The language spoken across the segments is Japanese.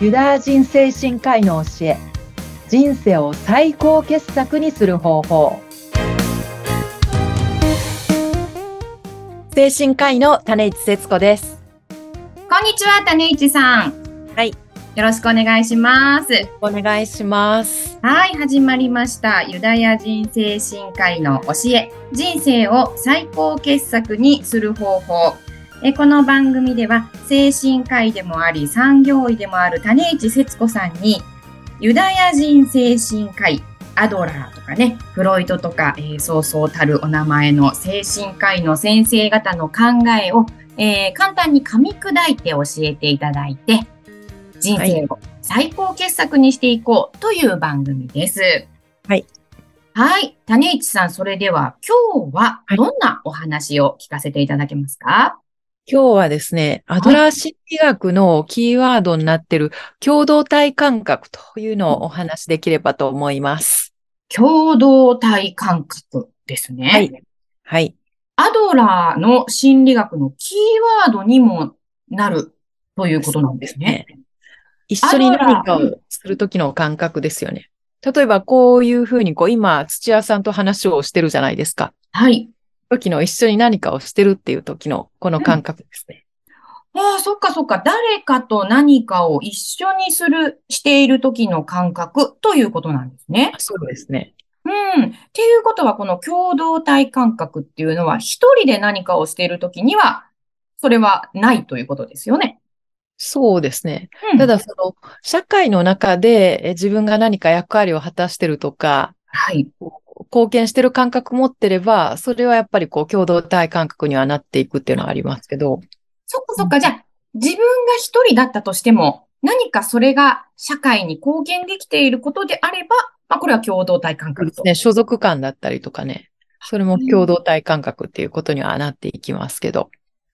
ユダヤ人精神科医の教え人生を最高傑作にする方法精神科医の種市節子ですこんにちは、種市さん。はい。よろしくお願いします。お願いしますはい、始まりました。ユダヤ人精神科医の教え。人生を最高傑作にする方法。えこの番組では、精神科医でもあり、産業医でもある種市節子さんに、ユダヤ人精神科医、アドラーとかね、フロイトとか、えーそうそうたるお名前の精神科医の先生方の考えを、えー簡単に噛み砕いて教えていただいて、人生を最高傑作にしていこうという番組です。はい。はい。種市さん、それでは今日ははいどんなお話を聞かせていただけますか、今日はですね、アドラー心理学のキーワードになっている共同体感覚というのをお話しできればと思います。共同体感覚ですね。はいはい。アドラーの心理学のキーワードにもなるということなんですね。一緒に何かアドラーをするときの感覚ですよね。例えばこういうふうにこう今土屋さんと話をしてるじゃないですか。はい。時の一緒に何かをしてるっていう時のこの感覚ですね。ああ、そっかそっか。誰かと何かを一緒にする、している時の感覚ということなんですね。そうですね。うん。っていうことは、この共同体感覚っていうのは、一人で何かをしているときには、それはないということですよね。そうですね。うんた、だその社会の中でえ自分が何か役割を果たしてるとか、はい。貢献してる感覚持ってれば、それはやっぱりこう共同体感覚にはなっていくっていうのはありますけど、そっかそっか。じゃあ、自分が一人だったとしても、何かそれが社会に貢献できていることであれば、まあ、これは共同体感覚と。ね、所属感だったりとかね、それも共同体感覚っていうことにはなっていきますけど、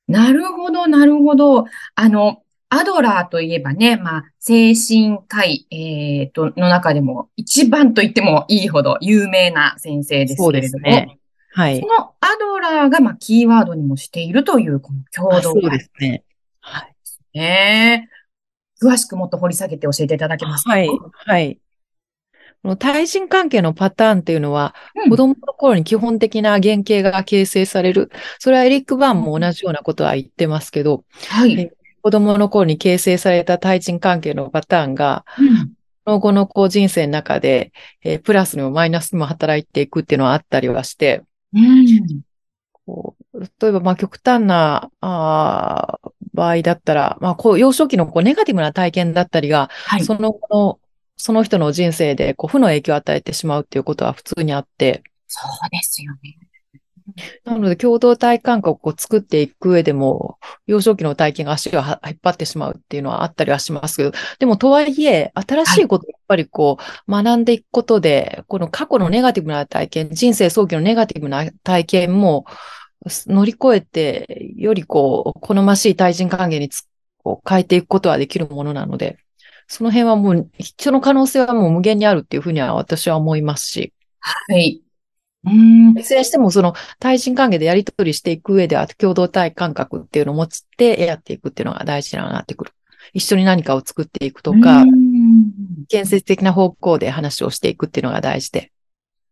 なるほど、なるほど。あの、アドラーといえばね、まあ、精神科医、えーと、の中でも一番と言ってもいいほど有名な先生ですそうけでれすども、ね。はいそ。のアドラーが、まあ、キーワードにもしているという、この共あそ同う体でですね。はい。すね。詳しくもっと掘り下げて教えていただけますかはい。はい。この対人関係のパターンっていうのは、うん子供の頃に基本的な原型が形成される。それはエリック・バーンも同じようなことは言ってますけど、はい。え子供の頃に形成された対人関係のパターンが、うんその後のこう人生の中で、えープラスにもマイナスにも働いていくっていうのはあったりはして、うん。こう例えばまあ極端なあー場合だったら、まあ、こう幼少期のこうネガティブな体験だったりが、はい。その後のその人の人生でこう負の影響を与えてしまうっていうことは普通にあって、そうですよね。なので共同体感覚を作っていく上でも、幼少期の体験が足をは引っ張ってしまうっていうのはあったりはしますけど、でもとはいえ、新しいことをやっぱりこう、学んでいくことで、この過去のネガティブな体験、人生早期のネガティブな体験もす乗り越えて、よりこう、好ましい対人関係につこう変えていくことはできるものなので、その辺はもう、人の可能性はもう無限にあるっていうふうには私は思いますし、はい。うん。いずれにしても、その対人関係でやり取りしていく上では、共同体感覚っていうのを持ってやっていくっていうのが大事になってくる。一緒に何かを作っていくとか、うん建設的な方向で話をしていくっていうのが大事で。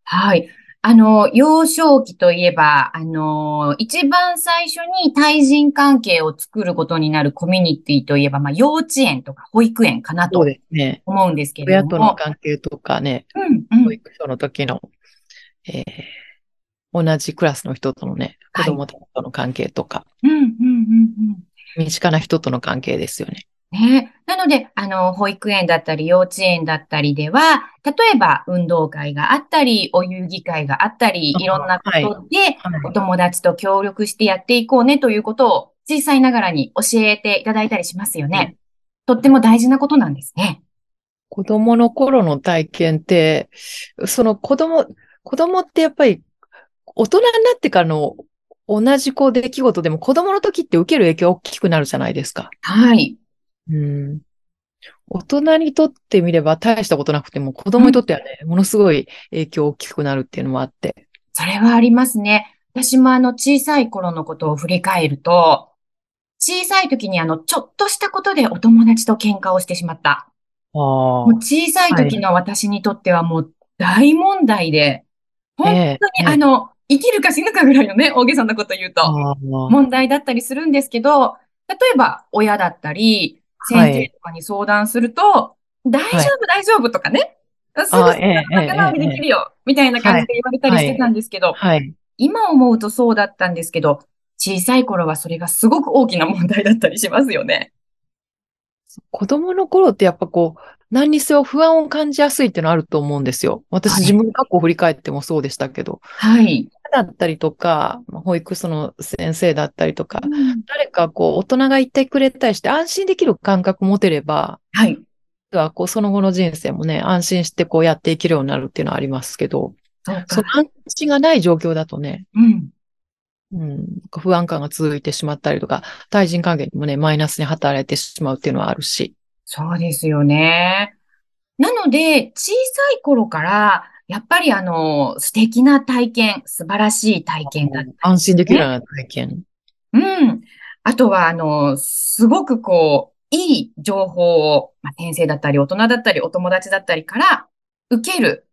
はい。あの、幼少期といえば、あの、一番最初に対人関係を作ることになるコミュニティといえば、まあ、幼稚園とか保育園かなとすね。思うんですけれ親どとのも。関係とかね、うん、うん保育所の時の、えー同じクラスの人とのね、子供との関係とか、うん、うん、うん、うん。身近な人との関係ですよね。ね。なので、あの、保育園だったり、幼稚園だったりでは、例えば、運動会があったり、お遊戯会があったり、あいろんなことで、はいお友達と協力してやっていこうねということを、小さいながらに教えていただいたりしますよね。とっても大事なことなんですね。子供の頃の体験って、その子供、子供ってやっぱり大人になってからの同じこう出来事でも子供の時って受ける影響大きくなるじゃないですか。はい。うん。大人にとってみれば大したことなくても子供にとってはね、ものすごい影響大きくなるっていうのもあって。それはありますね。私もあの小さい頃のことを振り返ると、小さい時にあの、ちょっとしたことでお友達と喧嘩をしてしまった。あもう小さい時の私にとってはもう大問題で、あ。本ええ当にあの、生きるか死ぬかぐらいのね、大げさなこと言うと、ああ問題だったりするんですけど、例えば親だったり、はい先生とかに相談すると、大丈夫、大丈夫とかね、すぐあすええぐ仲直りできるよ、みたいな感じで言われたりしてたんですけど、はい。今思うとそうだったんですけど、小さい頃はそれがすごく大きな問題だったりしますよね。子供の頃ってやっぱこう、何にせよ不安を感じやすいっていうのあると思うんですよ。私はい自分過去を振り返ってもそうでしたけど。はい。だったりとか、保育所の先生だったりとか、誰かこう、大人がいてくれたりして安心できる感覚持てれば、はい。実はこうその後の人生もね、安心してこうやっていけるようになるっていうのはありますけど、そうそかの。安心がない状況だとね、うん。うん、なんか不安感が続いてしまったりとか、対人関係にもね、マイナスに働いてしまうっていうのはあるし。そうですよね。なので、小さい頃から、やっぱりあの、素敵な体験、素晴らしい体験だったり安心できるような体験。うん。あとは、あの、すごくこう、いい情報を、まあ、先生だったり、大人だったり、お友達だったりから受けるっ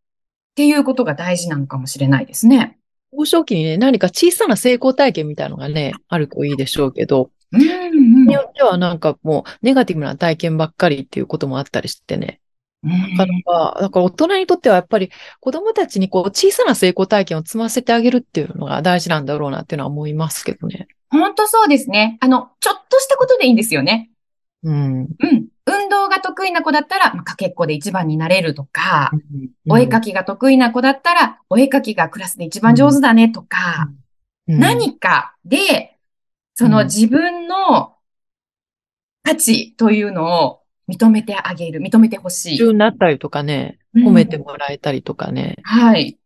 ていうことが大事なのかもしれないですね。幼少期にね、何か小さな成功体験みたいのがね、あるといいでしょうけど、うんうんによってはなんかもうネガティブな体験ばっかりっていうこともあったりしてね。うんなかなか、だから大人にとってはやっぱり子供たちにこう小さな成功体験を積ませてあげるっていうのが大事なんだろうなっていうのは思いますけどね。本当そうですね。あの、ちょっとしたことでいいんですよね。うん。うん。運動が得意な子だったら、まあ、かけっこで一番になれるとか、お絵おかききが得意な子だったら、お絵かきがクラスで一番上手だねとか、何かで、その自分の価値というのを認めてあげる、認めてほしい。中になったりとかね、褒めてうんもらえたりとかね。はい。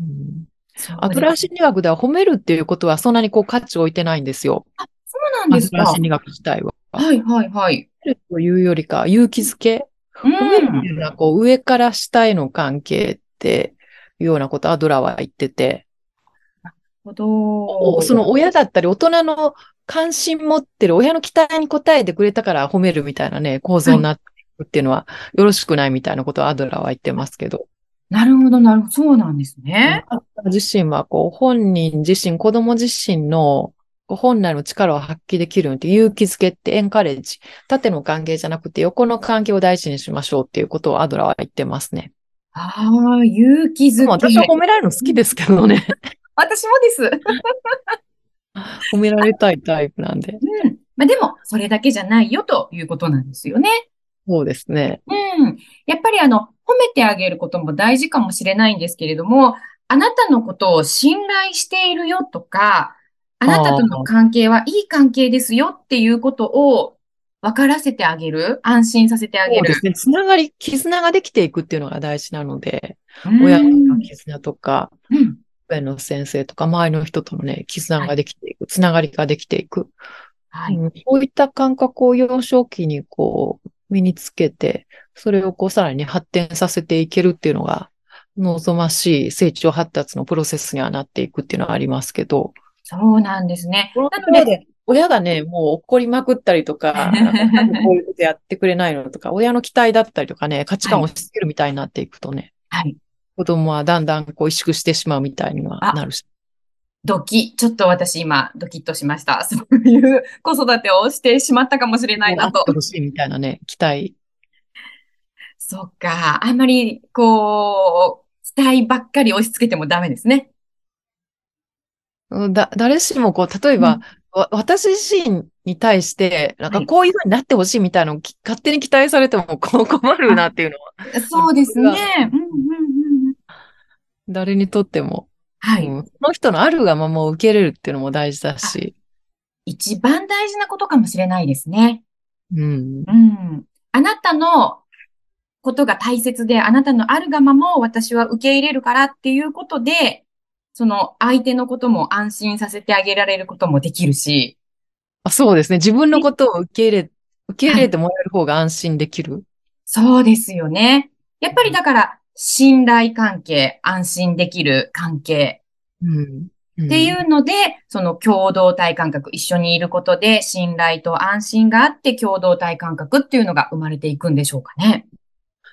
うんそうですアトラシニ学では褒めるっていうことはそんなにこう価値を置いてないんですよ。そうなんアですトラかシ。ニ学自体は。褒はい、はい、はい。めるというよりか、勇気づけ。う褒めるってん。いうのはこう上から下への関係っていうようなことアドラーは言ってて。ほど。おその親だったり大人の関心持ってる親の期待に応えてくれたから褒めるみたいなね、構造になっていくっていうのはよろしくないみたいなことをアドラーは言ってますけど、なるほど、なるほど。そうなんですね。アドラー自身はこう本人自身、子供自身のこう本来の力を発揮できるのって勇気づけってエンカレッジ、縦の関係じゃなくて横の関係を大事にしましょうっていうことをアドラーは言ってますね。ああ、勇気づでもけ。私は褒められるの好きですけどね、私もです。 褒められたいタイプなんで。うん。まあでも、それだけじゃないよということなんですよね。そうですね。うん。やっぱりあの、褒めてあげることも大事かもしれないんですけれども、あなたのことを信頼しているよとか、あなたとの関係はいい関係ですよっていうことを分からせてあげる、安心させてあげそうでる。すね。つながり、絆ができていくっていうのが大事なので。うん親との絆とか、うん親の先生とか、周りの人とのね、絆ができていく、つながりができていく。はい。うんこういった感覚を幼少期にこう、身につけて、それをこう、さらに発展させていけるっていうのが、望ましい成長発達のプロセスにはなっていくっていうのはありますけど、そうなんですね。このなとこのろで、で、親がね、もう怒りまくったりと か、なんかこういうことやってくれないのとか、親の期待だったりとかね、価値観を押し付けるみたいになっていくとね、はい。子供はだんだんこう萎縮してしまうみたいにはあなるし。ドキ、ちょっと私今、ドキッとしました。 そういう子育てをしてしまったかもしれないあなっとて。ほしいみたいなね、期待。そっか。あんまり、こう、期待ばっかり押し付けてもダメですね。うんだ、誰しもこう、例えば、わ私自身に対して、なんかはいこういうふうになってほしいみたいなのをき勝手に期待されてもこう 困るなっていうのは、そうですこれね。うんうんうんうん。誰にとっても、はうい。んその人のあるがままを受け入れるっていうのも大事だし、一番大事なことかもしれないですね。うん。うん。あなたのことが大切で、あなたのあるがままを私は受け入れるからっていうことで、その相手のことも安心させてあげられることもできるし、あ、そうですね。自分のことを受け入れ、受け入れてもらえる方が安心できる。そうですよね。やっぱりだから、信頼関係、安心できる関係、うん。っていうので、その共同体感覚、一緒にいることで信頼と安心があって共同体感覚っていうのが生まれていくんでしょうかね。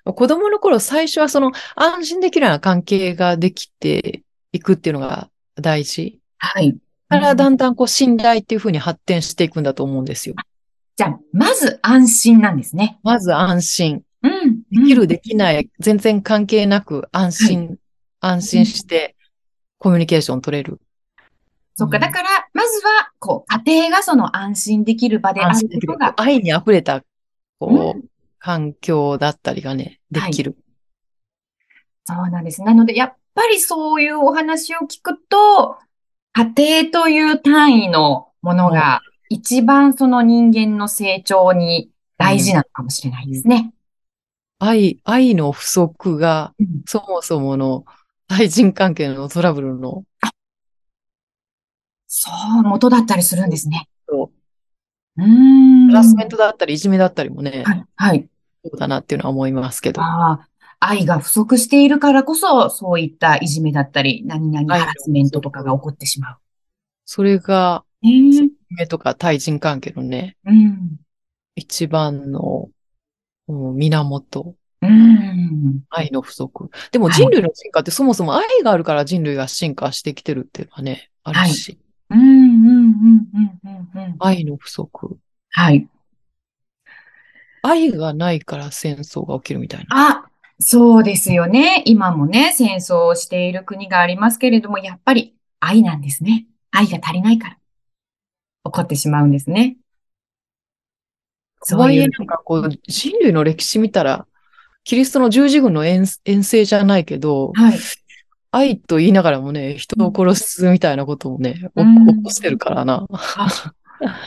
子供の頃、最初はその安心できるような関係ができていくっていうのが大事。はい。からだんだんこう信頼っていうふうに発展していくんだと思うんですよ。じゃあ、まず安心なんですね。まず安心。うん。できうる、んできない、全然関係なく安心、安心してコミュニケーション取れる。そっか。うんだから、まずは、こう、家庭がその安心できる場であ安心るできこるとが。愛に溢れた、こうう、環境だったりがね、ではいきる。そうなんです。なので、やっぱりそういうお話を聞くと、家庭という単位のものが、一番その人間の成長に大事なのかもしれないですね。愛、愛の不足がうん、そもそもの対人関係のトラブルの、そう、元だったりするんですね。そうーん。ハラスメントだったり、いじめだったりもね、はい、はい。そうだなっていうのは思いますけど。ああ、愛が不足しているからこそ、そういったいじめだったり、何々はいハラスメントとかが起こってしまう。それが、へえ夢とか対人関係のね、うん。一番のうん源、うん。愛の不足。でもはい人類の進化ってそもそも愛があるから人類が進化してきてるっていうのはね、あるし、うん、うん、うん、うん、うん、うん。愛の不足。はい。愛がないから戦争が起きるみたいな。あ、そうですよね。今もね、戦争をしている国がありますけれども、やっぱり愛なんですね。愛が足りないから、起こってしまうんですね。とそうはいいうえ、。なんかこう、人類の歴史見たら、キリストの十字軍の遠遠征じゃないけど、はい。愛と言いながらもね、人を殺すみたいなこともね、おうん起こしてるからな。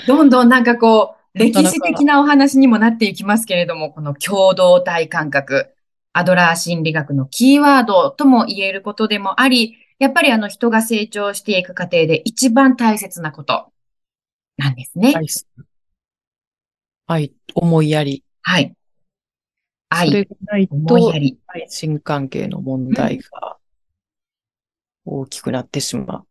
どんどんなんかこう、なか歴史的なお話にもなっていきますけれども、この共同体感覚、アドラー心理学のキーワードとも言えることでもあり、やっぱりあの人が成長していく過程で一番大切なことなんですね。愛する、愛、思いやり。はい。それ愛、がない思いとや、り。対人関係の問題が大きくなってしまう。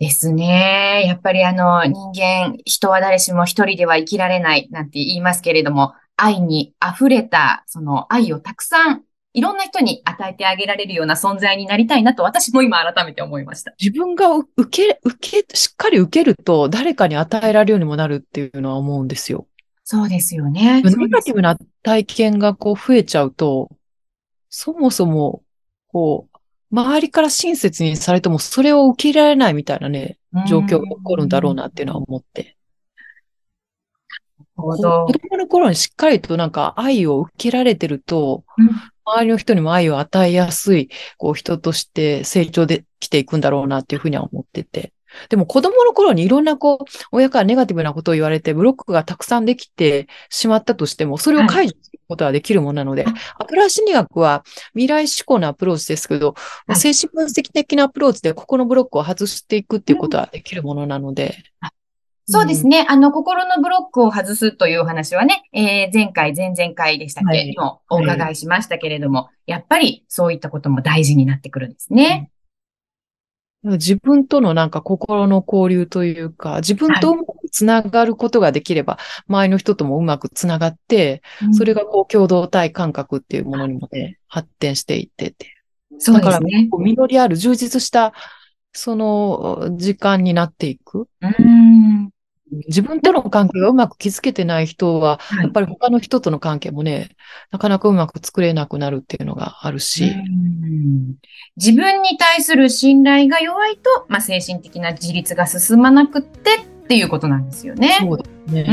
ですね。やっぱりあの人間、人は誰しも一人では生きられないなんて言いますけれども、愛に溢れた、その愛をたくさんいろんな人に与えてあげられるような存在になりたいなと私も今改めて思いました。自分がう受け、受け、しっかり受けると誰かに与えられるようにもなるっていうのは思うんですよ。そうですよネね。ガティブな体験がこう増えちゃうと、そもそも、こう、周りから親切にされてもそれを受け入れられないみたいなね、状況が起こるんだろうなっていうのは思って。なるほ子ど。供の頃にしっかりとなんか愛を受けられてると、うん周りの人にも愛を与えやすい、こう人として成長できていくんだろうなっていうふうには思ってて。でも子供の頃にいろんなこう、親からネガティブなことを言われて、ブロックがたくさんできてしまったとしても、それを解除することはできるものなので、はいアプラー心理学は未来思考のアプローチですけど、はい精神分析的なアプローチでここのブロックを外していくっていうことはできるものなので。あそうですね。ね。あの、心のブロックを外すというお話はね、えー前回、前々回でしたっけ、はいにもお伺いしましたけれども、やっぱりそういったことも大事になってくるんですね。自分とのなんか心の交流というか、自分とうまくつながることができれば、周りの人ともうまくつながって、それが、がこう共同体感覚っていうものにもね、発展していってて。そうでだすからね。こう実りある充実した、その時間になっていく。うん。自分との関係がうまく築けてない人は、はいやっぱり他の人との関係もね、なかなかうまく作れなくなるっていうのがあるし、うん自分に対する信頼が弱いと、まあ、精神的な自立が進まなくってっていうことなんですよね。そうだね。う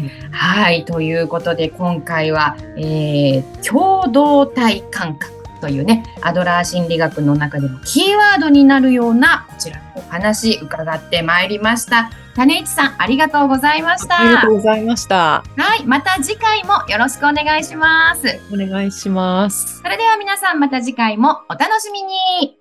んはい。ということで、今回は、えー共同体感覚というね、アドラー心理学の中でもキーワードになるような、こちらのお話、伺ってまいりました。種市さん、ありがとうございました。ありがとうございました。はい。また次回もよろしくお願いします。お願いします。それでは皆さんまた次回もお楽しみに